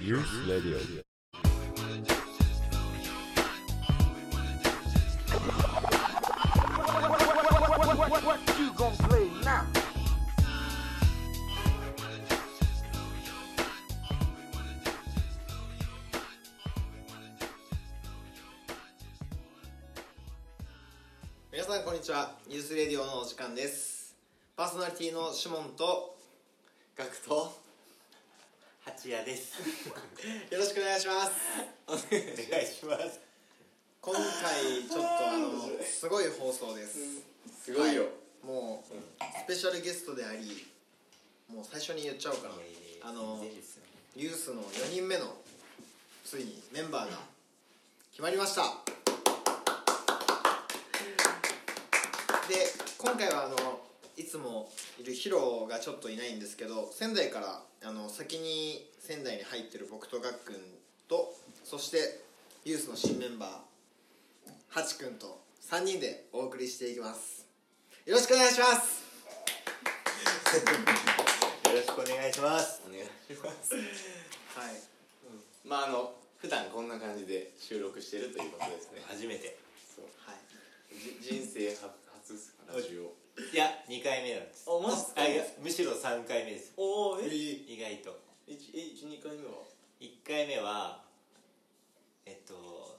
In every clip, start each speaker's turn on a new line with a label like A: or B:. A: Youth Radio.
B: What you gonna play now?
C: 皆さんこんにちはユースレディオのお時間ですパーソナリティのシモンとガクと
D: 八谷です。
C: よろしくお願いします
D: お願いします。
C: 今回ちょっとあ のすごい放送です
D: すごいよ。
C: もうスペシャルゲストでありもう最初に言っちゃおうかなあの
D: 全然ですよ
C: ユースの4人目のついにメンバーが決まりましたで今回はあのいつもいるヒロがちょっといないんですけど仙台からあの先に仙台に入ってる僕とガッくんとそしてユースの新メンバーハチくんと3人でお送りしていきますよろしくお願いします
D: よろしくお願いします。
E: お願いします
C: はい
E: まああの普段こんな感じで収録してるということですね
D: 初めて。
E: そう
C: はい
E: じ人生初初ですかラジオ
D: いや、二回目なんです。
E: あマジっすか
D: あいやむしろ三回目です。
E: おお
D: 意外と。
E: 12回目は
D: 一回目は。えっと。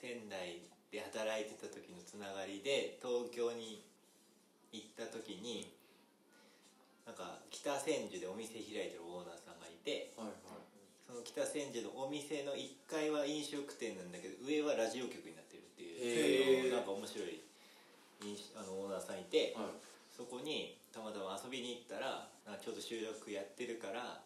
D: 仙台で働いてた時のつながりで、東京に。行った時に。なんか北千住でお店開いてるオーナーさんがいて。
E: はいはい
D: その北千住のお店の1階は飲食店なんだけど上はラジオ局になってるって
E: へ
D: いう
E: ー
D: なんか面白い飲酒あのオーナーさんいて、
E: はい
D: そこにたまたま遊びに行ったらなんかちょうど収録やってるから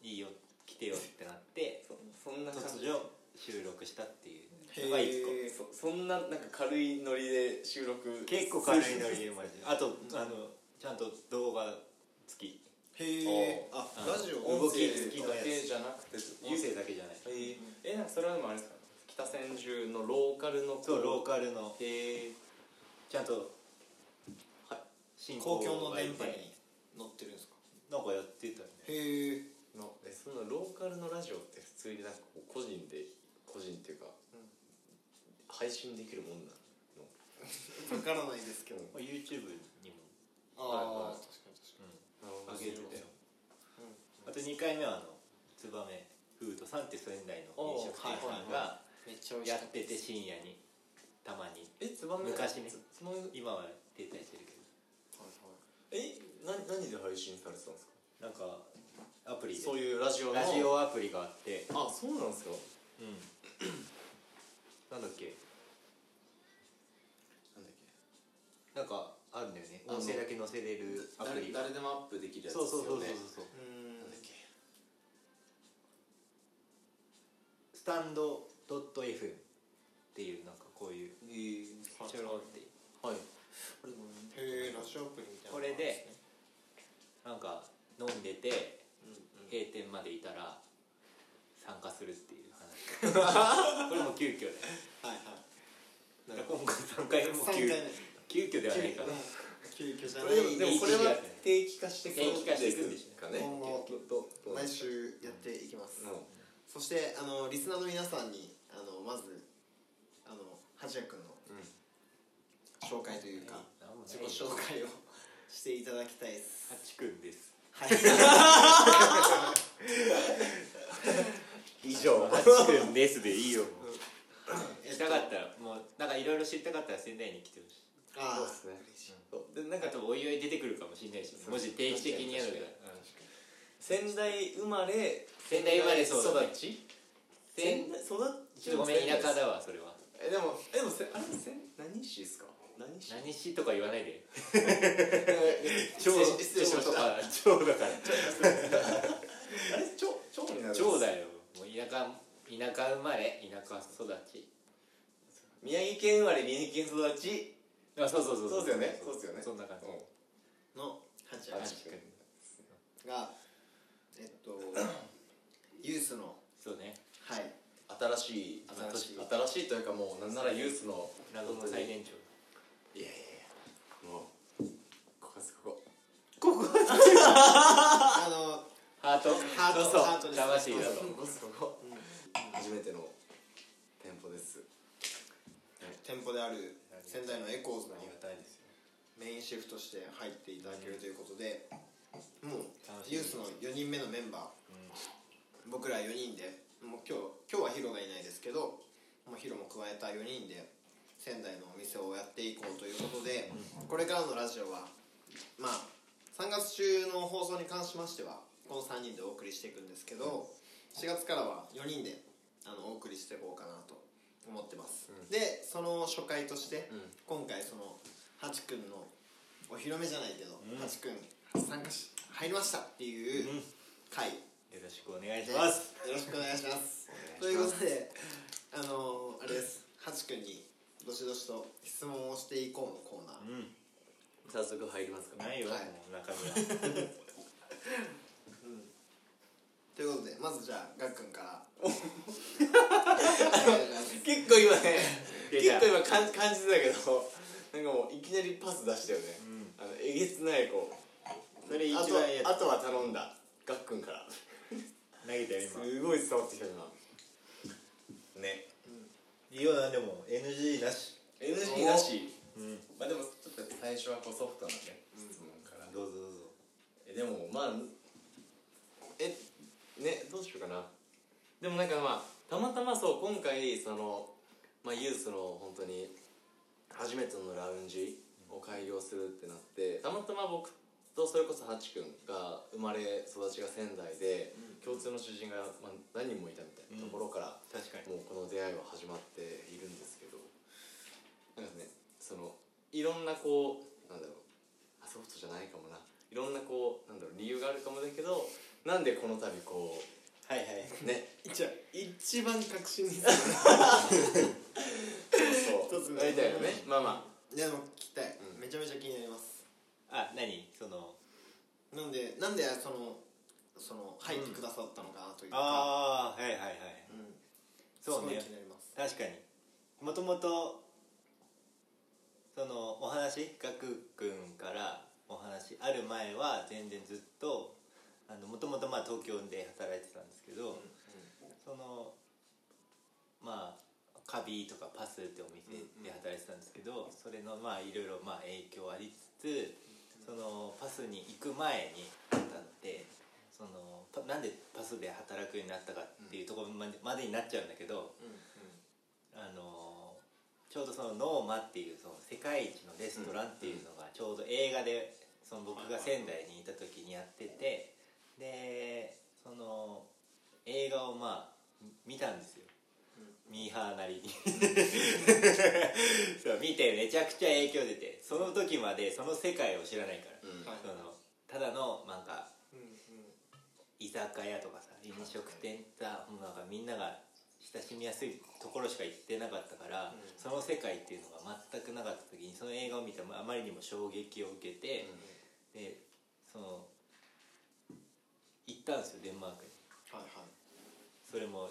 D: いいよ来てよってなって
E: そんな感
D: 突
E: じ
D: 如収録したっていうのが1個
C: へえ
E: そそんななんか軽いノリで収録
D: 結構軽いノリで生まれてるあとあのちゃんと動画付き
C: へえあ
D: あの
C: ラジオ
D: 動
E: 音
D: き
E: 声
D: 付きのや
E: だけ
D: つ
E: じゃなくて
D: 音声だけじゃない
E: えーえなんかそれはでもあれですか北千住のローカルの
D: そうローカルの
E: へえ
D: ちゃんと
E: はい
D: 進行
C: 公共の電波
D: がい
C: に
D: て
C: 乗ってるんですか
D: なんかやってたよね
C: へえ
E: のえそのローカルのラジオって普通になんかこう個人で個人っていうか、配信できるもんなの
C: わからないですけど
D: まあ YouTube にも
C: ああ確かに
D: 上げてたよ、あと2回目はあのツバメフードさんって仙台の飲食店さんが
C: めっちゃ美味し
D: や
C: か
D: っ
C: った
D: てて深夜にたまに
E: えつばめ
D: 昔ね
E: つつばめ
D: 今は停滞してるけ
E: えな何で配信されてたんですか
D: どなんかアプリで
E: そういうラジオの
D: ラジオアプリがあって
E: あそうなんですか
D: うんなんだっけ
E: なんだっけ
D: なんかあるんだよね
E: あの
D: 音声だけ載せれるアプ
E: 誰
D: リ
E: 誰でもアップできるやつ
D: そう
E: です
D: そうそ
E: よ
D: うそう
E: ね
D: そう
C: うーん
E: なんだっけ
D: スタンド .fm っていうなんかこういうちょろって
E: はい
C: へえラジオアプリみたいな
D: これでなんか飲んでて閉店までいたら参加するっていう 話これも急遽ね
C: はいはい
D: だから今回3回目も急
C: 3回目
D: 急遽ではないから
C: 急遽じゃ
E: こ
C: ない
E: れでもでもこれは
D: 一時やって
E: 定期化していく
D: 定期化していくんでしょ
E: かね
C: 今後
E: どどどうなん
C: 毎
E: ですか
C: 週やっていきます
E: うん
C: そしてあのリスナーの皆さんにあのまずあのはじやくんの紹介というか
D: 何もな
C: 自
D: い
C: 己紹介をしていただきたいです
D: ハチくんです
C: はい
E: 以上
D: ハチくんですでいいよ
C: え
D: し
C: っと
D: たかったらもうなんかいろいろ知りたかったら仙台に来てほしい
C: あ
E: そう
C: あ
E: ですね
C: 嬉しい
E: そうでなんか
D: あとおいおい出てくるかもしれないしもし定期的にやるからうん
E: 仙台生まれ
D: 仙台生まれ
E: 育
D: そうだね
E: ち
D: 仙
E: 仙台育
D: ち
E: ち
D: ょっとごめん田舎だわそれは
E: えでもえでもせあれ仙何市ですか何市
D: 何しとか言わないで
E: 失礼し失礼しま
D: と
E: したあ
D: か超だから
E: れ町町になる
D: 超
E: だ
D: だよもう田舎田舎生まれ田舎育ち
E: 宮城県生まれ宮城県育ち
D: あそうそうそう
E: そうですよねそうですよね
D: そんな感じ
E: うん
C: のはじや
D: あ
C: くん
D: じ
E: 確かに
C: がえっ とユースの
D: そうね
C: はい
E: 新しい
C: 新しい
E: 新しいというかもうなんならユースの
D: 謎の最年長
E: いやいやいやもうここですここ
C: あの
D: ハ
C: ハ
D: ー
C: ート
D: そうそう
C: ハートです
D: 魂だと
E: そこ初めての店舗です
C: 店舗である仙台のエコーズの
D: ありがたいですよ
C: メインシフトして入っていただけるということで、もう
D: 楽しみ
C: ユースの4人目のメンバー、僕ら4人でもう今日今日はヒロがいないですけどもうヒロも加えた4人で仙台のお店をやっていこうということで、これからのラジオはまあ3月中の放送に関しましてはこの3人でお送りしていくんですけど、4月からは4人であのお送りしていこうかなと思ってます、でその初回として、今回そのハチくんのお披露目じゃないけど、ハチくん参加し入りましたっていう回、
D: よろしくお願いします
C: よろしくお願いします
D: お
C: と
D: 願い
C: い
D: し
C: う
D: ます
C: ことであのーあれですハチくんにどしどしと質問をしていこうのコーナー、
D: うん
E: 早速入りますか
D: ないよも
C: はいう
D: 中 身は
C: ということでまずじゃあガッくんから
E: 結構今ね
D: いやい
E: 結
D: や
E: 構今感感じてたけどなんかもういきなりパス出したよね、あのえげつないこうそれ一番
D: やつ
E: あとあとは頼んだガッくんから
D: 投げたよ
E: す
D: 今
E: ごい伝わってきた今ね
D: いいよなんでも NG なし
E: NG なし
D: うん
E: まあでもちょっと最初はこうソフトなね質問から
D: どうぞどうぞ
E: えでもまあえねどうしようかなでもなんかまあたまたまそう今回そのまあユースの本当に初めてのラウンジを開業するってなってたまたま僕とそれこそハチ君が生まれ育ちが仙台で、共通の知人が、まあ、何人もいたみたいなところから、
D: 確かに
E: もうこの出会いは始まっているんですけどなんかねそのいろんなこうなんだろうあソフトじゃないかもないろんなこうなんだろう理由があるかもだけどなんでこの度こ
D: はいはいう
E: ね
C: じゃあ一番確信です
E: そうそう
C: 一つの
E: みたいなねまあまあ
C: でも聞きたい、
E: うん
C: めちゃめちゃ気になります
D: あ何その
C: なんでなんでそのその入ってくださったのかなというか、
D: ああはいはいはい
C: うん
D: そ
C: す
D: う
C: ごい
D: ね
C: 気になります
D: 確かにもともとそのお話ガク君からお話ある前は全然ずっともともと東京で働いてたんですけど、そのまあカビとかパスってお店で働いてたんですけど、それのまあいろいろまあ影響ありつつそのパスに行く前にあたってそのパなんでパスで働くようになったかっていうところまで,、までになっちゃうんだけど、あのちょうどそのノーマっていうその世界一のレストランっていうのがちょうど映画でその僕が仙台にいた時にやっててでその映画をまあみ見たんですよミーハーなりに そう見てめちゃくちゃ影響出てその時までその世界を知らないから、
E: うん
C: はい
D: そのただのなんか
C: うんうん
D: 居酒屋とかさ飲食店だもうなんかみんなが親しみやすいところしか行ってなかったから、
C: うん
D: その世界っていうのが全くなかった時にその映画を見てあまりにも衝撃を受けて、でその行ったんですよデンマークに
C: はいはい
D: それも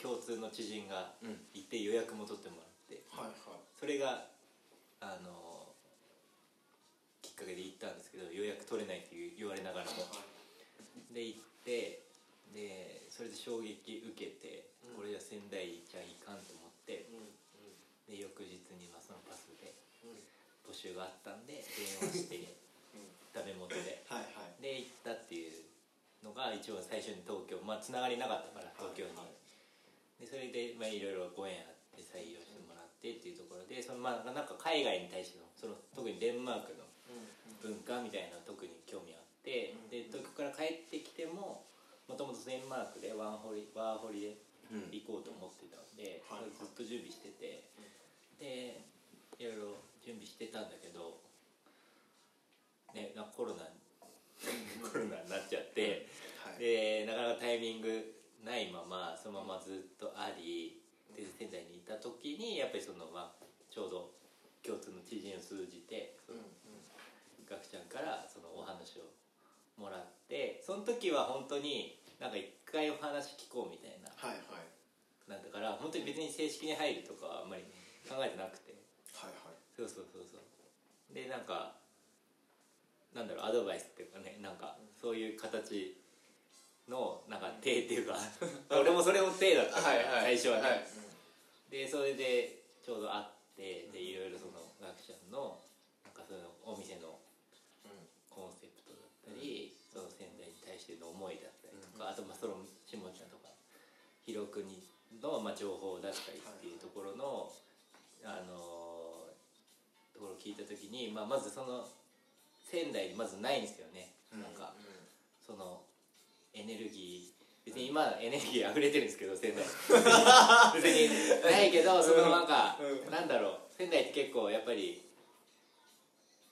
D: 共通の知人が
E: うん
D: 行って予約も取ってもらって
C: はいはい
D: それがあのきっかけで行ったんですけど予約取れないって言う言われながらも。で行ってでそれで衝撃受けて、
C: うん
D: これじゃ仙台行っちゃいかんと思って
C: うん
D: で翌日にまあそのパスで
C: うん
D: 募集があったんで電話して ダメ元で
C: はいはい
D: で行ったっていうのが一番最初に東京まあつながりなかったから東京に、
C: はい
D: でそれでまあいろいろご縁あって採用してもらってっていうところでそのまあなんか海外に対してのその特にデンマークの文化みたいなの特に興味あって、
C: うん
D: で東京から帰ってきてももともとデンマークでワンホリワーホリで
E: うん
D: 行こうと思ってたんで、
C: はい
D: それずっと準備してて、でいろいろ準備してたんだけど、ね、なコロナ コロナになっちゃって、
C: はい
D: でなかなかタイミングないままそのままずっとありで仙台にいた時にやっぱりその、まあ、ちょうど共通の知人を通じてその、ガクちゃんからそのお話をもらってその時は本当になんか一回お話聞こうみたいな
C: はいはい
D: なんだから本当に別に正式に入るとかはあんまり考えてなくて
C: はいはい
D: そうそうそうそうでなんかなんだろうアドバイスっていうかねなんかそういう形のなんか手っていうか俺もそれも手だったから、最初はね、
E: はい
D: でそれでちょうど会ってでいろいろそのガクちゃんのなんかそのお店のコンセプトだったり、その仙台に対しての思いだったりとか、あとまあその下ちゃんとか広くにのまあ情報だったりっていうところの、あのーところを聞いた時に、まあ、まずその仙台にまずないんですよね、なんかそのエネルギー別に今エネルギー溢れてるんですけど仙 台別にないけどそのなんか、なんだろう仙台って結構やっぱり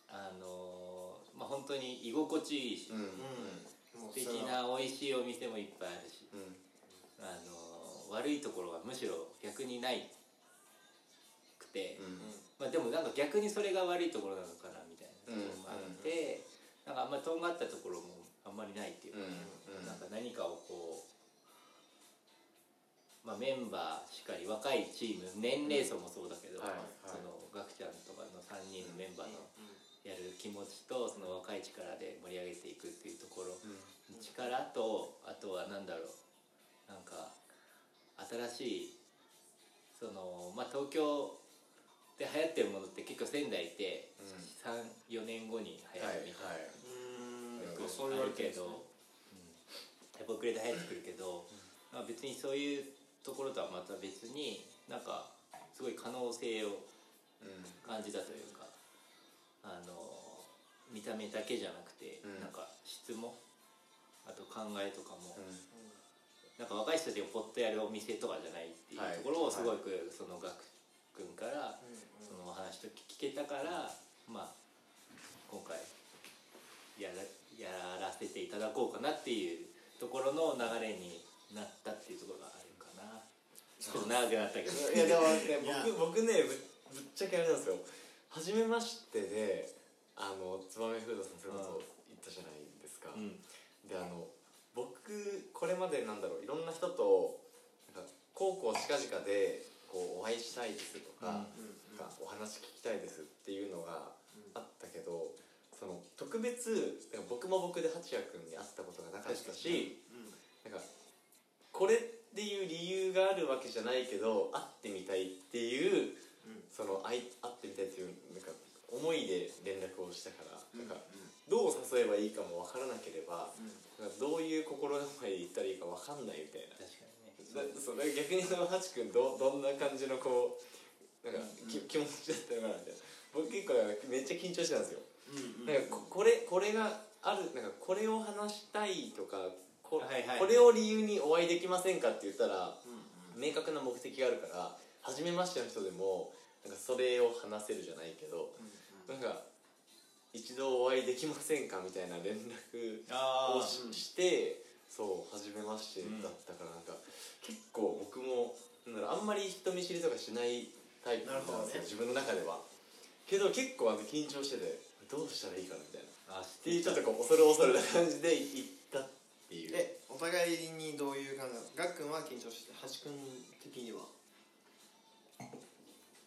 D: あのーまあ本当に居心地いいし、
E: うん
C: うんもう
D: 素敵
C: それは
D: な美味しいお店もいっぱいあるし、
E: うん
D: あのー悪いところがむしろ逆にないくて、まあでもなんか逆にそれが悪いところなのかなみたいなところもあって、なんかあんまりとんがったところもあんまりないっていうか
E: うんうん
D: なんか何かをこう、まあ、メンバーしかり若いチーム年齢層もそうだけど、
E: はいはい
D: そのガクちゃんとかの3人のメンバーのやる気持ちとその若い力で盛り上げていくっていうところ、力とあとは何だろうなんか新しいその、まあ、東京で流行ってるものって結構仙台って34年後に流行るみたいな。
C: うーん
D: そ
C: そうう
D: 言
C: 言
D: わ
C: わ
D: れ
C: れ
D: て
C: て
D: る
C: る
D: けど、やっぱ遅れて入ってくるけど、まあ、別にそういうところとはまた別になんかすごい可能性を感じたというか、あの見た目だけじゃなくて、
E: うん
D: なんか質もあと考えとかも、なんか若い人たちがポッとやるお店とかじゃないっていう
E: はい
D: ところをすごく、その学君から
C: うんうん
D: そのお話と聞けたから、まあ今回やらやらせていただこうかなっていうところの流れになったっていうところがあるかなちょっと長くなったけど
E: いやでも
C: いや
E: ね僕僕ねぶぶっちゃけあれなんですよ初めましてであの燕フードさんそれこそ行ったじゃないですか、
D: うん
E: であの僕これまでなんだろういろんな人となんかこうこう近々でこうお会いしたいですとか、なんかお話聞きたいですっていうのがあったけど、その特別なんか僕も僕で八谷君に会ったことがなかったし、なんかこれっていう理由があるわけじゃないけど会ってみたいっていう、その会い会ってみたいっていうなんか思いで連絡をしたから、なんかどう誘えばいいかも分からなければ、なんかどういう心構えで行ったらいいか分かんないみたいな。
D: 確かにね
E: だそうだから逆にそのハチ君どどんな感じのこうなんかき、気持ちだったのかなみたいな僕結構めっちゃ緊張してたんですよ、なんかここれこれがあるなんかこれを話したいとかこ,、
D: はいはい
E: これを理由にお会いできませんかって言ったら、明確な目的があるから初めましての人でもなんかそれを話せるじゃないけど、なんか一度お会いできませんかみたいな連絡を
D: あ
E: し,、てそう初めましてだったからなんか、結構僕もなんだろうあんまり人見知りとかしないタイプなんですよ
C: なるほどね
E: 自分の中ではけど結構あの緊張しててどうしたらいいかなみたいな
D: あ
E: っていうちょっとこう恐る恐るな感じで行ったっていう
C: えお互いにどういう感じなのガックンは緊張してハチ君的には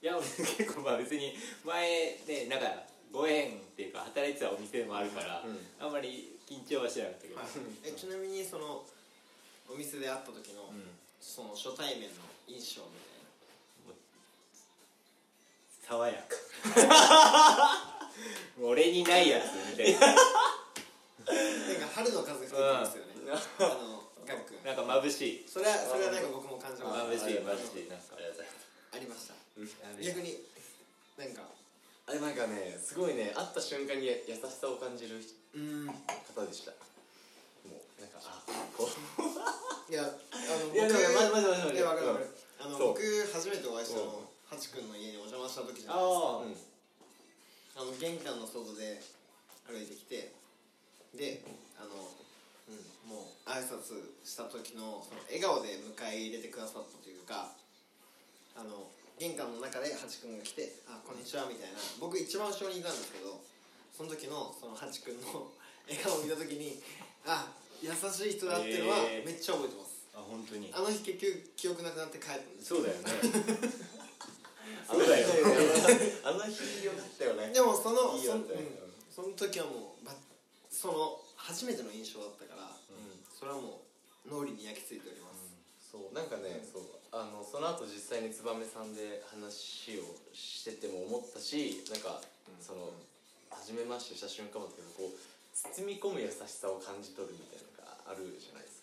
C: い
D: や俺結構まあ別に前ねなんかご縁っていうか働いてたお店もあるから、あんまり緊張はしてなかったけど、
C: えちなみにそのお店で会った時の、
D: うん
C: その初対面の印象みたいな
D: 爽 やか俺にないやつみたいな
C: なんか春の風吹いてますよね、あのガックン
D: なんか眩しい
C: それはそれはなんか僕も感じま
D: 眩
C: し
D: したい眩しいなんか
C: ありました
D: 眩しい
C: 逆になんか
E: あれなんかねすごいね会った瞬間に優しさを感じる
C: うーん
E: 方でしたもうなんかあこう
C: いやあの
E: いやでもねままま
C: いやわかるわかるあの
E: そう
C: 僕初めてお会いした
E: う
C: のハチ君の家にお邪魔した時じゃないですか
D: あ
E: うん
C: あの玄関の外で歩いてきてであの、うん、もう挨拶した時のその笑顔で迎え入れてくださったというかあの玄関の中でハチ君が来て「あこんにちは」みたいな僕一番後ろにいたんですけどその時のそのハチ君の 笑顔を見た時にあ優しい人だっていうのは
D: へー
C: めっちゃ覚えてます、
D: あ本当に
C: あの日結局記憶なくなって帰ったんです
D: そうだ よねそうだよ
E: あの日よかったよね
C: でもその
E: いい
C: そ
E: よ
C: の,、う、
E: みたいなん
C: その時はもうばその初めての印象だったから、それはもう脳裏に焼き付いております、
E: そうなんかね、そうあのその後実際に燕さんで話をしてても思ったしなんか、その初めましてした瞬間もだけどこう包み込む優しさを感じ取るみたいなのがあるじゃないです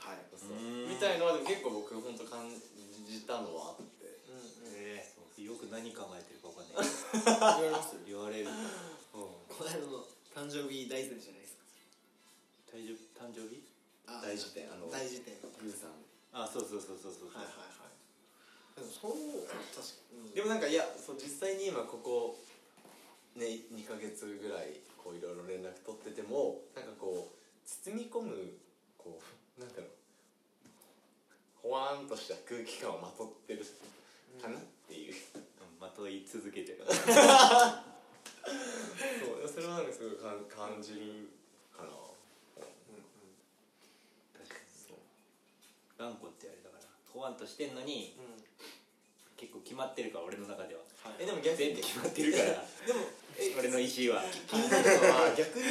E: か
C: はい
E: そう
D: うん
E: みたいのはでも結構僕本当感じたのはあって
D: えーよく何考えてるかわかんないけ
C: 言われます
D: ど言われるからうん
C: この間の誕生日大事じゃないですか
D: 誕生誕生日
C: あ
E: 大辞典あの
C: 大辞典
E: ユウさん
D: あそうそうそうそうそうそう
C: はいはいはいでもそう確かに
E: でもなんかいやそう実際に今ここね2ヶ月ぐらいこういろいろ連絡取っててもなんかこう包み込むこうなんだろうほわーんとした空気感をまとってるかなっていう、
D: うんまとい続けてる
E: そうそれはなんかすごいかん感じるかな
D: 頑固ってあれだから保安としてんのに
C: うんうん
D: 結構決まってるから俺の中では
E: えでも逆
D: 全
E: に
D: 部決まってるから
E: でもえ
D: 俺の意思は
E: 気になるのは逆に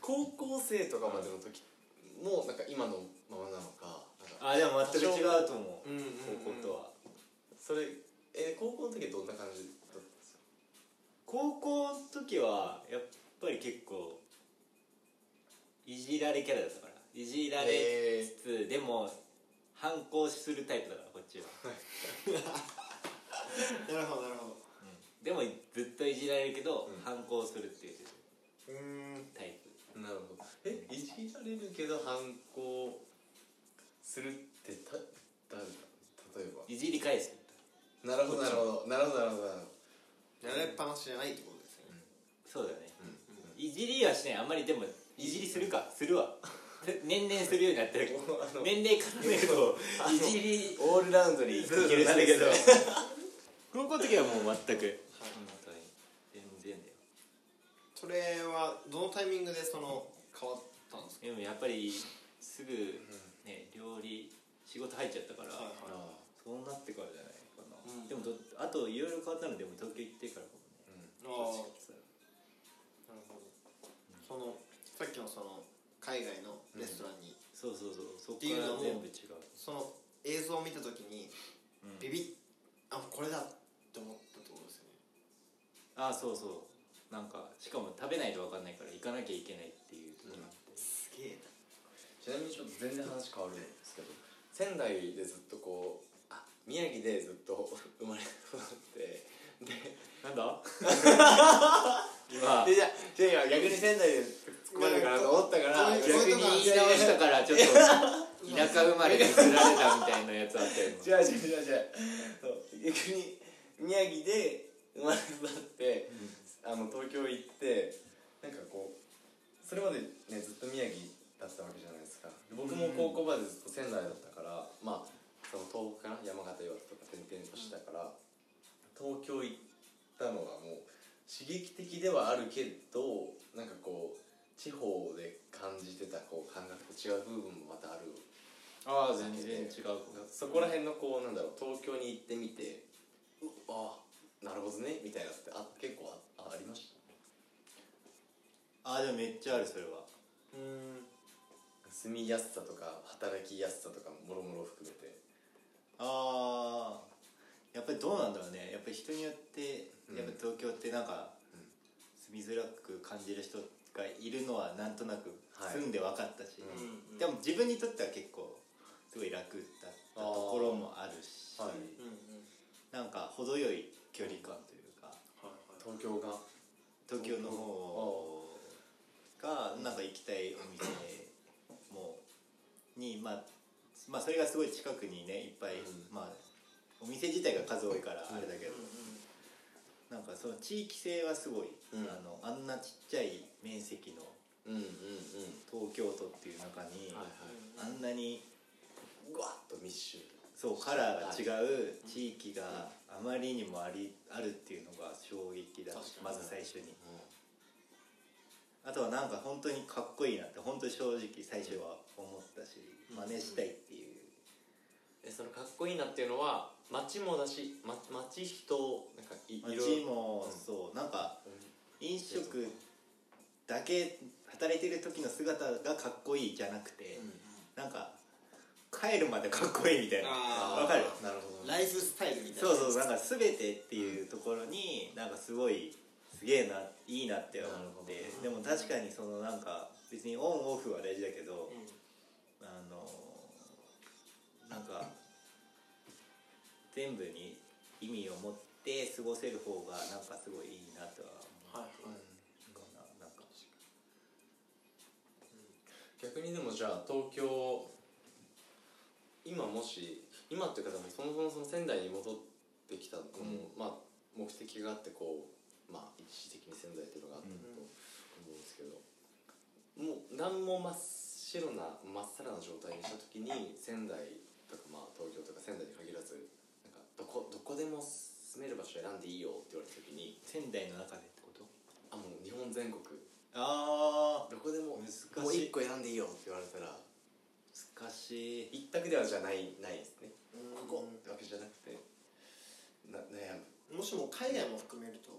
E: 高校生とかまでの時もなんか今のままなのかなんか
D: あでも全く違うと思う
C: うんうん
D: 高校とは
E: それえ高校の時はどんな感じだったんですか
D: 高校の時はやっぱり結構いじられキャラだったからいじられ
E: え
D: つつでも反抗するタイプだからこっちは
C: なるほどなるほど
D: でもずっといじられるけど、
E: うん
D: 反抗するっていう
C: うーん
D: タイプ
E: なるほどえいじられるけど反抗するってた誰だ例えば
D: いじり返す
E: なるほどなるほどなるほどなるほどなるほど
C: やられっぱなしじゃないってことですよね
D: そうだね、いじりはしないあんまりでもいじりするかするわ年々するようになってる
E: あの
D: 年齢重ねるといじり
E: オールラウンドにい
D: いける
E: な
D: だ
E: る
D: け
E: け
D: ど
E: ど
D: 高校の時はもう全く、本当に全然だよ
C: それはどのタイミングでその変わったんですか
D: でもやっぱりすぐね料理仕事入っちゃったから、
C: はいはい
D: そうなってからじゃないかな、
C: うん
D: でもどあといろいろ変わったのでも東京行ってからかもね
C: ああ
D: そう
C: なるほどそのさっきのその海外のレストランに、
D: そうそうそうそっ
C: って
D: か
C: いう
D: ら
C: のも
D: 全部違う
C: その映像を見た時に
D: うん
C: ビビッあこれだって思ったってことですよね
D: ああそうそうなんかしかも食べないと分かんないから行かなきゃいけないっていうところがあって、
C: すげえな
E: ちなみにちょっと全然話変わるんですけど仙台でずっとこうあ宮城でずっと生まれ育ってで
D: なん だ今
E: でじゃあじゃあ今逆に仙台で突っ込まれるかなと思ったか
C: い
E: ら
C: や
D: 逆
E: 逆
D: に
E: に
D: 言い直したからちょっと田舎生まれにすられたみたいなやつあったよ
E: 違う違う違う違うそう逆に宮城で生まれ育って、あの東京行ってなんかこうそれまでねずっと宮城だったわけじゃないですかで僕も高校までずっと仙台だったから、まあその東北かな山形岩手とか転々としたから、東京行ったのがもう刺激的ではあるけどなんかこう地方で感じてたこう感覚と違う部分もまたある
D: ああ全然違う
E: そこら辺のこうなんだろう東京に行ってみてうああなるほどねみたいなのってあ結構ああありまし
D: ああでもめっちゃあるそれは
C: うーん
E: た住みやすさとか働きやすさとかもろもろ含めて
D: ああやっぱりどうなんだろうねやっぱり人によって
E: うん
D: やっぱ東京ってなんか、住みづらく感じる人がいるのはなんとなく
E: はい
D: 住んで分かったし、
C: うん
D: でも自分にとっては結構すごい楽だったところもあるし、
E: あーはい
C: うんうん
D: なんか程よい距離感というか
C: はいはい
E: 東京が
D: 東京の方がなんか行きたいお店もに、まあ、まあそれがすごい近くにねいっぱい、
E: うん
D: まあお店自体が数多いからあれだけど、
C: うん
D: なんかその地域性はすごい、
E: うん
D: あのあんなちっちゃい面積の
E: うんうんうん
D: 東京都っていう中に、
E: はいはい
D: あんなに
E: うわっと密集
D: そうカラーが違う地域があまりにもありあるっていうのが衝撃だ
C: 確かに
D: まず最初に。あとはなんか本当にかっこいいなって本当に正直最初は思ったし、真似したいっていう
E: えそのかっこいいなっていうのは街もだし、ま、街人なんかい
D: 街もそうなんか飲食だけ働いてる時の姿がかっこいいじゃなくて、なんか帰るまでかっこいいみたいな
C: あー
D: わかる
E: なるほど
C: ライフスタイルみたいな
D: そうそうなんか全てっていうところになんかすごいすげえないいなって思
E: なるほ
D: っ
E: ど
D: てでも確かにそのなんか別にオンオフは大事だけど、あのなんか全部に意味を持って過ごせる方がなんかすごいいいなと
C: は
D: は
C: い
E: うん
D: 思うかななんか
E: 逆にでもじゃあ東京今もし今っていうかでもそもそもその仙台に戻ってきたのも、まあ目的があってこうまあ一時的に仙台っていうのがあったと思うんですけど、もう何も真っ白な真っさらな状態にした時に仙台とかまあ東京とか仙台に限らずなんかどこどこでも住める場所選んでいいよって言われた時に
D: 仙台の中でってこと
E: あもう日本全国
D: あ
E: どこでも
D: 難しい
E: もう一個選んでいいよって言われたら
D: あ難しい
E: 一択ではじゃないないですね
C: うん
E: ここってわけじゃなくてな悩む
C: もしも海外も含めると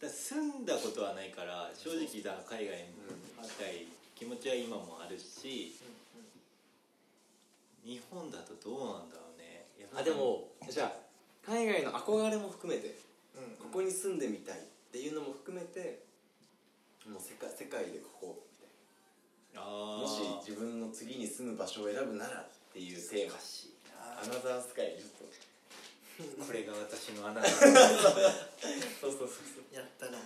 D: だ住んだことはないから正直だ海外に行きたい気持ちは今もあるし日本だとどうなんだろうねやっぱ
E: あでもじゃあ海外の憧れも含めて
C: うんうん
E: ここに住んでみたいっていうのも含めてもう世界世界でここみたい
D: あ
E: な
D: ー
E: もし自分の次に住む場所を選ぶならっていうテーマ
D: 難しい
E: アナザースカイちょっ
D: なこれが私の穴だ
E: とそうそうそう
C: やったな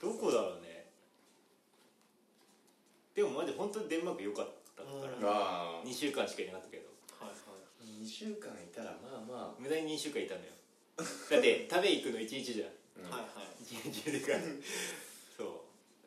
D: どこだろうねでもマジ本当にデンマーク良かったから
E: あ
D: 2週間しかいなかったけど
C: はいはい
E: 2週間いたらまあま
D: 無駄に2週間いたのよだ って食べ行くの1日じゃん
E: あ、
C: はいはい
D: 1日でかそ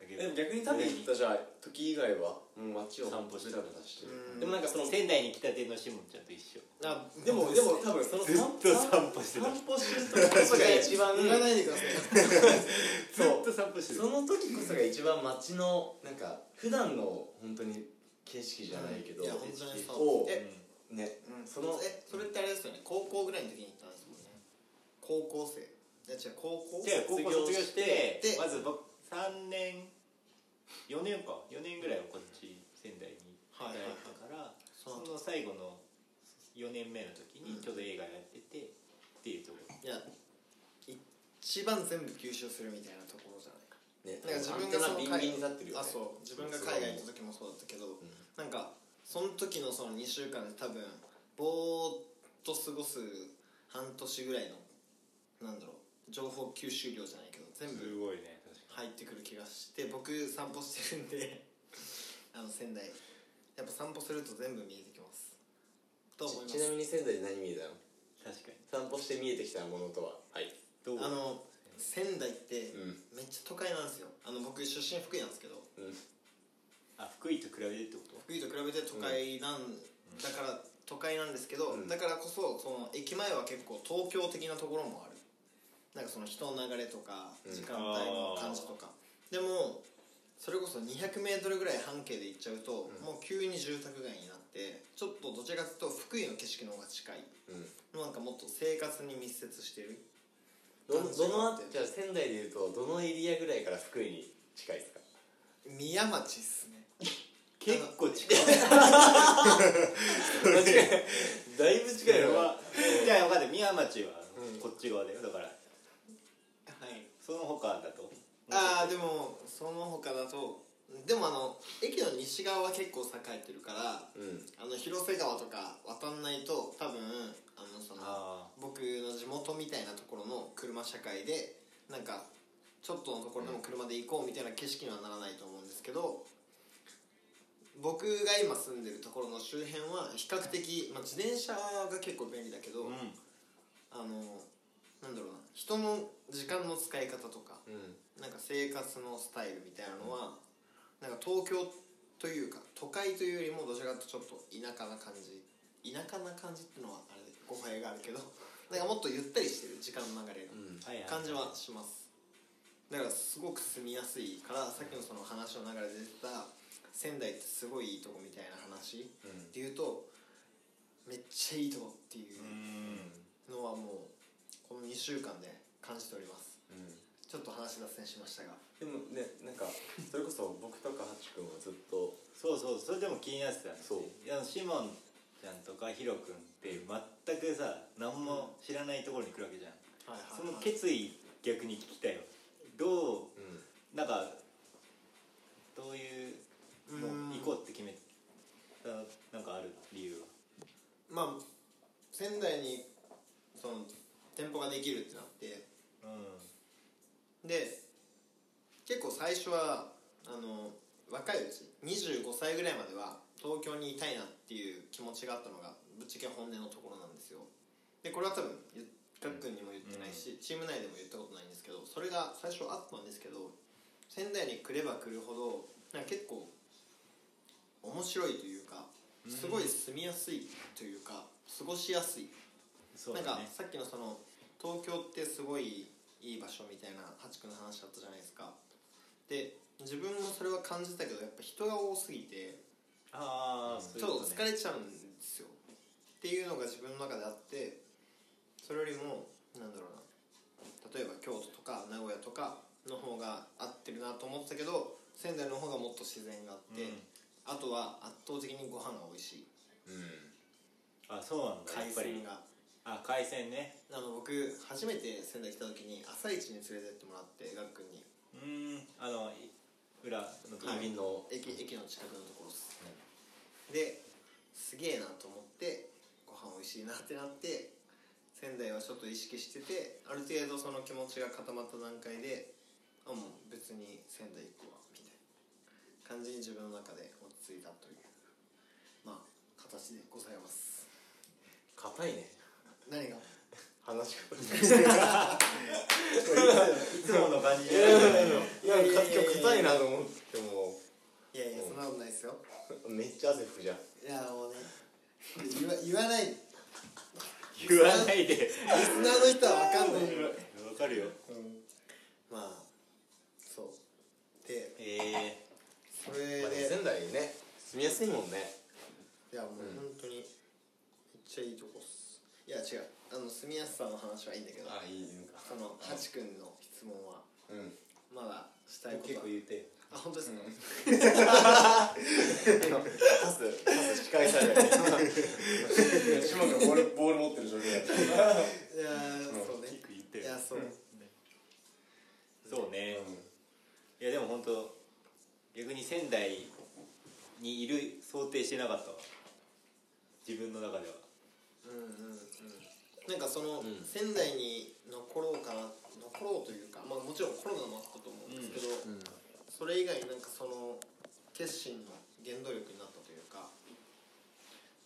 D: うだけど
E: でも逆に食べに行ったじゃあ時以外はもう街を
D: 散歩して
E: ブラブラしてる
C: うん
E: でもなんかその
D: 仙台に来たてのシモンちゃんと一緒
C: あ
E: でもでも多分その
D: ずっと散歩してた
E: 散歩してる時こそが一番
C: 言わないでください
E: そ
D: ずっと散歩して
E: う
D: る
E: その時こそが一番街のなんか普段の本当に景色じゃないけど
C: いや本当にそう
E: を
C: え
E: ね
C: うん
E: その
C: えそれってあれですよね高校ぐらいの時に行ったんですもんね高校生いや違う高校
D: じゃあ高校卒業して
C: で
D: まず僕3年4年か4年ぐらいはこっち仙台に働いてたから、
C: その
D: その最後の4年目の時
C: う
D: に
C: ん
D: ちょうど映画やってて、っていうところ
C: いや一番全部吸収するみたいなところじゃない
E: ね
C: なんか自分が
E: ア
C: その
E: ンテナビンビンに立ってるよね
C: あそう自分が海外行った時もそうだったけど、
E: ん
C: なんかその時のその2週間で多分ぼーっと過ごす半年ぐらいのなんだろう情報吸収量じゃないけど全部
D: ごいね確
C: 入ってくる気がして僕散歩してるんで あの仙台やっぱ散歩すると全部見えてきますと思いま
E: ちちな
C: す
E: みに仙台で何見えたの
D: かに確かに
E: 散歩して見えてきたものとははい
D: どう
C: あの仙台って
E: うん
C: めっちゃ都会なんですよあの僕出身福井なんですけど
E: うん
D: あ福井と比べてってこと
C: 福井と比べて都会なん、だから都会なんですけど、
E: うん
C: だからこそその駅前は結構東京的なところもあるなんかその人の流れとか
E: うん
C: 時間帯の感じとか、でもそれこそ 200m ぐらい半径で行っちゃうと、
E: うん
C: もう急に住宅街になってちょっとどちらかというと福井の景色の方が近い
E: うん
C: なんかもっと生活に密接してる
E: ど
C: 感じ
E: どの
C: があっ
E: あ
C: て
E: じゃあ仙台でいうとどのエリアぐらいから福井に近いですか
C: 宮町っすね
D: 結構近い
E: だいぶ近いのは
D: じゃあ分かった宮町は
E: うん
D: こっち側だよだから
C: はい
D: その他だと
C: ああでもその他だとでもあの駅の西側は結構栄えてるから
E: うん
C: あの広瀬川とか渡んないと多分あのその
D: あ
C: 僕の地元みたいなところの車社会でなんかちょっとのところでも車で行こうみたいな景色にはならないと思うんですけど僕が今住んでるところの周辺は比較的、まあ、自転車が結構便利だけど、
D: あうん
C: あのなんだろうな人の時間の使い方とか
E: うん
C: なんか生活のスタイルみたいなのは、なんか東京というか都会というよりもどちらかというとちょっと田舎な感じ田舎な感じってのはあれで語弊があるけど なんかもっとゆったりしてる時間の流れが、
E: うん
D: はいはい
C: 感じはしますだからすごく住みやすいからさっきのその話の流れで出てた仙台ってすごいいいとこみたいな話
E: うん
C: で言うとめっちゃいいとこっていう
D: うん
C: のはもうこの2週間で感じております
E: うん
C: ちょっと話脱線しましたが
E: でもねなんかそれこそ僕とかハチ君はずっと
D: そうそうそれでも気になってたんですよ
E: そう
D: いやシモンちゃんとかヒロ君って全くさ何も知らないところに来るわけじゃん、
C: はい
D: その決意逆に聞きたいよど
E: うん
D: うなんかどういうの
C: うん
D: 行こうって決めたなんかある理由は
C: まあ仙台にその店舗ができるってなって
D: う
C: で結構最初はあの若いうち25歳ぐらいまでは東京にいたいなっていう気持ちがあったのがぶっちゃけ本音のところなんですよでこれは多分ゆかっくんにも言ってないし、チーム内でも言ったことないんですけどそれが最初あったんですけど仙台に来れば来るほどなんか結構面白いというかすごい住みやすいというか過ごしやすい
D: んそう
C: なんか
D: だね
C: さっきのその東京ってすごいいい場所みたいなハチ君の話だったじゃないですかで自分もそれは感じたけどやっぱ人が多すぎて
D: ああそう
C: ち
D: い
C: ょ
D: う
C: っ
D: ことと
C: 疲
D: ね
C: れちゃうんですよっていうのが自分の中であってそれよりもなんだろうな例えば京都とか名古屋とかの方が合ってるなと思ってたけど仙台の方がもっと自然があって、
D: うん
C: あとは圧倒的にご飯が美味しい
D: あそうなんだや
C: 海
D: っ
C: 鮮
D: ぱり
C: が
D: あ海鮮ね
C: あの僕初めて仙台来た時に朝一に連れてってもらってガッくんに
D: うーんあのい裏のと
C: は
D: こ
C: い
E: 移民の
C: 駅駅の近くのところです、ですげえなと思ってご飯おいしいなってなって仙台はちょっと意識しててある程度その気持ちが固まった段階であもう別に仙台行くわみたいな感じに自分の中で落ち着いたというまあ形でございます
E: 硬いね
C: 何が
E: 話し方
D: いつもの感じ
E: い
D: じゃない
E: や
D: い
E: や
D: んだ
E: い
D: よ
E: やいや今日硬いなと思っても
C: いやいやそんなことないですよ
E: めっちゃ汗拭くじゃん
C: いやもうね言わ言わない
D: 言わないで
C: リスナーの人は分かんないよ
D: わかるよ
C: まあそうで
D: ええ
C: それ
E: まあでも
C: で
E: 仙台ね住みやすいもんね
C: いやもう本当にめっちゃいいとこっすいや違うあの住みやすさの話はいいんだけど
E: あいいのか
C: そのハチ君の質問は
E: うん
C: まだしたいこと
D: 結
C: は
D: 構言うて
C: あ本当ですか、
E: パスパス仕返されない島がボールボール持ってる状況だった
C: いやーそうね
D: 結構言って
C: いやそう、
D: そうね、いやでも本当逆に仙台にいる想定してなかったわ自分の中では
C: うんうんうんなんかその、
E: ん
C: 仙台に残ろうかな残ろうというかまあもちろんコロナもあったと思うんですけど、それ以外になんかその決心の原動力になったというか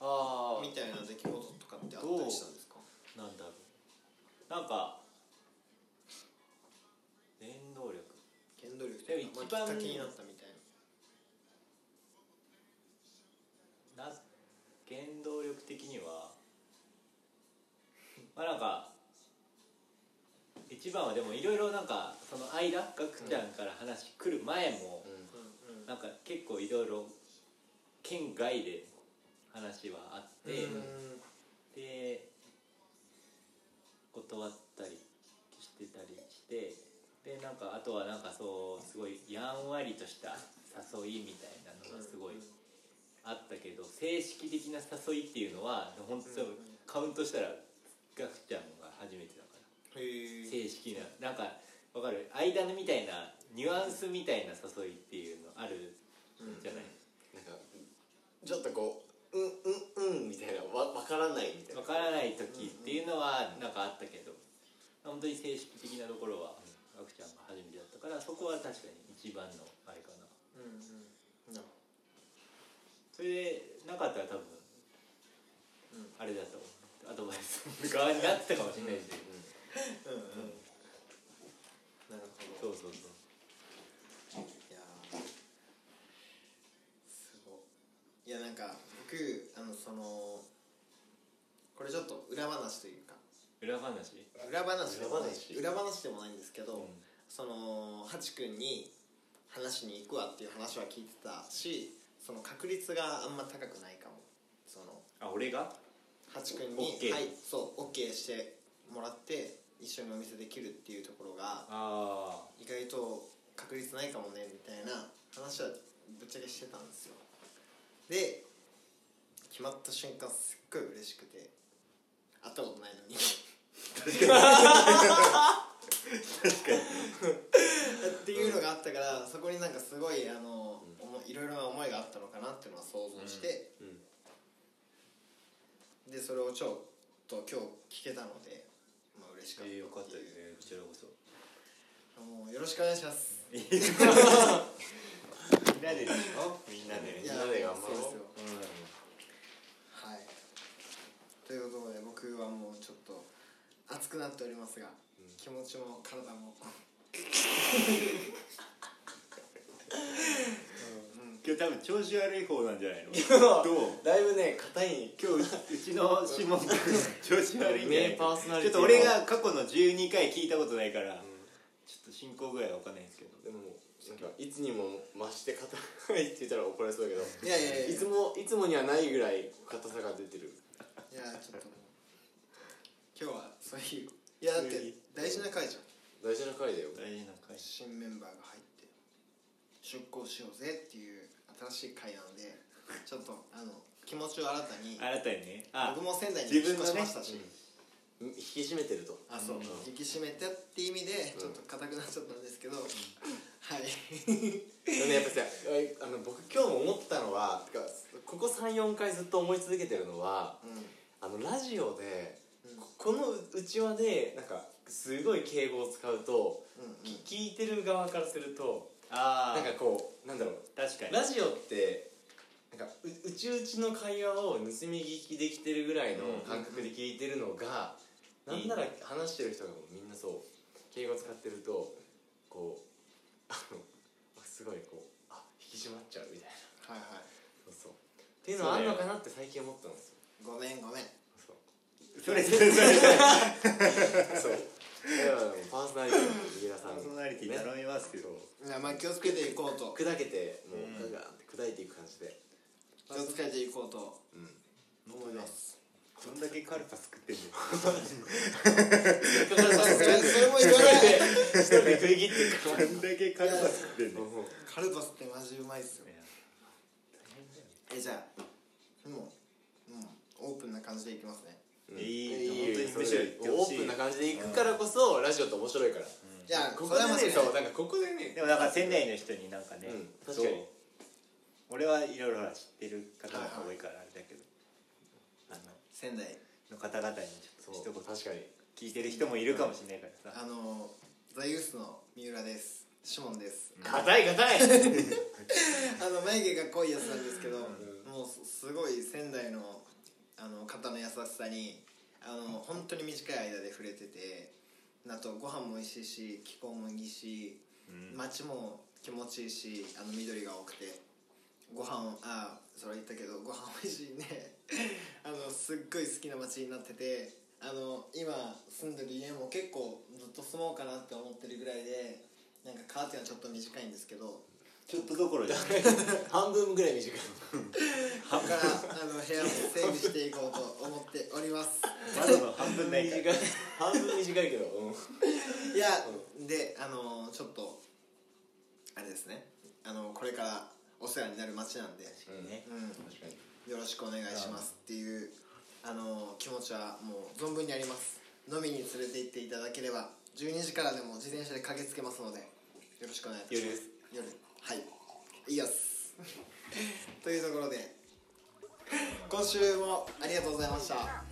D: あ
C: みたいな出来事とかってあったりしたんですか
D: あなんだろうなんか原動力
C: 原動力というか、
D: で
C: ま
D: も
C: あ、きっか
D: 一番
C: けになったみたいな
D: な原動力的にはまあなんか一番はでもいろいろなんかその間ガクちゃんから話来る前も、
C: うんうん
D: なんか結構いろいろ県外で話はあって、で断ったりしてたりしてでなんかあとはなんかそうすごいやんわりとした誘いみたいなのがすごいあったけど正式的な誘いっていうのは本当カウントしたらガクちゃんが初めてだから。
C: へえ
D: 正式ななんかわかる間のみたいなニュアンスみたいな誘いっていうのあるじゃない
E: なんかちょっとこう「うんうんうん」みたいなわ分からないみたいな
D: わからない時っていうのはなんかあったけど本当に正式的なところはあくちゃんが初めてだったからそこは確かに一番のあれかな
C: うんうんな
D: それでなかったら多分あれだと思うアドバイス側になってたかもしれないし
C: うんうんなるほ
D: そ
C: ど
D: うそうそう
C: いやーすごいいやなんか僕あのそのこれちょっと裏話というか
D: 裏話
C: 裏話でもない裏
E: 裏
C: 話でもないんですけど、
D: うん
C: そのハチ君に話しに行くわっていう話は聞いてたしその確率があんま高くないかもその
D: あ俺が
C: ハチ君
D: オ
C: に
D: ッケー
C: はいそう OK してもらって一緒にお店できるっていうところが
D: ああ
C: 確率ないかもねみたいな話はぶっちゃけしてたんですよで決まった瞬間すっごい嬉しくて会ったことないのに確かに確かにっていうのがあったからそこになんかすごいあの、思いろいろな思いがあったのかなっていうのは想像して、でそれをちょっと今日聞けたのでまあ嬉しかった
D: えーよかった
C: てい
D: で
C: う
D: すねこちらこそ
C: もうよろしくお願いします。い
D: みんなででしょみんなで
C: や、
E: みんなで頑張ろう
C: そうですよ。はい。ということで、僕はもうちょっと熱くなっておりますが、気持ちも体も。
D: 今日多分調子悪い方なんじゃないの どう
E: だいぶね硬い
D: 今日うちのシモン君調子悪いんじゃない
E: 名パーソナリ
D: ちょ
E: ティ
D: っと俺が過去の12回聞いたことないから、ちょっと進行具合は分かんないんですけど
E: でもなんかいつにも増して硬いって言ったら怒られそうだけど
C: いやいやいや、
E: いつもいつもにはないぐらい硬さが出てる
C: いや、ちょっともう。今日はそういう。いや、だって大事な会じゃん。
E: 大事な回だよ
D: 大事な会
C: 新メンバーが入って出向しようぜっていう新しい会なので、ちょっとあの気持ちを新たに。
D: 新たにねあ
C: 僕も仙台に
D: 自
C: 引っ
D: 分の
C: 越
D: ね
C: しましたし。
E: 引き締めてると
C: あそう、引き締めてって意味でちょっと硬くなっちゃったんですけど、 はい
E: でもねやっぱさあの僕今日も思ったのはてかここ34回ずっと思い続けてるのはあのラジオで、ここのうちわでなんかすごい敬語を使うと、
C: うん
E: き聞いてる側からすると
D: あ
E: なんかこうなんだろう
D: 確かに
E: ラジオってなんかううちうちの会話を盗み聞きできてるぐらいの感覚で聞いてるのが、
D: うん
E: なんなら話してる人がもうみんなそう敬語使ってるとこうあのあすごいこうあ引き締まっちゃうみたいな
C: はいはい
E: そうそうっていうのはあんのかなって最近思ったんですよ
C: ごめんごめん
E: そう
D: それそれそれ
E: そうだからもうパーソナリティの三浦さ
D: パ
E: ん
D: ーソナリティ頼みますけど、
C: いやまあ気をつけていこうと
E: 砕けても
D: うん
E: うガンガンって砕いていく感じで
C: 気をつけていこうと
E: うん
C: 思います
D: どんだけカルパ作ってんの
C: それそれも言わないで
E: 一人で食い切っていく
D: ど んだけカルパ作ってんの
E: もう
C: カルパスってマジうまいっすよえじゃあもう、うん、オープンな感じでいきますね
D: いい
E: い
D: 本当にむしろ言って
E: オ
D: ほし
E: ー
D: い
E: プンな感じで行くからこそ、ラジオって面白いから、
C: じゃあ
E: こ
C: そ
E: こ
C: れ
E: で
C: は間
E: ね
C: 違いない
E: そうなんかここでね
D: でもなんか仙台の人になんかね、
E: うん確かに
D: そう俺はいろいろほら知ってる方が多いからあれだけど、
C: 仙台
D: あのの方々にちょっと
E: そう
D: 一言
E: 確かに
D: 聞いてる人もいるかもしれないからさ、
C: あのザユースの三浦ですシモンです
E: 硬い硬い
C: あの眉毛が濃いやつなんですけど、もうすすごい仙台のあの方の優しさにあの本当に短い間で触れててあとご飯も美味しいし気候もいいし、街も気持ちいいしあの緑が多くてご飯あそれ言ったけどご飯美味しいね あのすっごい好きな街になっててあの今住んでる家も結構ずっと住もうかなって思ってるぐらいでなんかカーテンはちょっと短いんですけど
D: ちょっとどころじゃない
E: 半分ぐらい短い
C: ここからあの部屋を整備していこうと思っております
D: 窓の半分ないか
E: 短
D: ら
E: い 半分短いけど、うん、
C: いやであのちょっとあれですねあのこれからお世話になる町なんで、
D: ね
C: う
E: 確かに
C: ん、よろしくお願いしますっていうあの気持ちはもう存分にあります飲みに連れて行っていただければ12時からでも自転車で駆けつけますのでよろしくお願いいたします夜はいいいよっす というところで今週もありがとうございました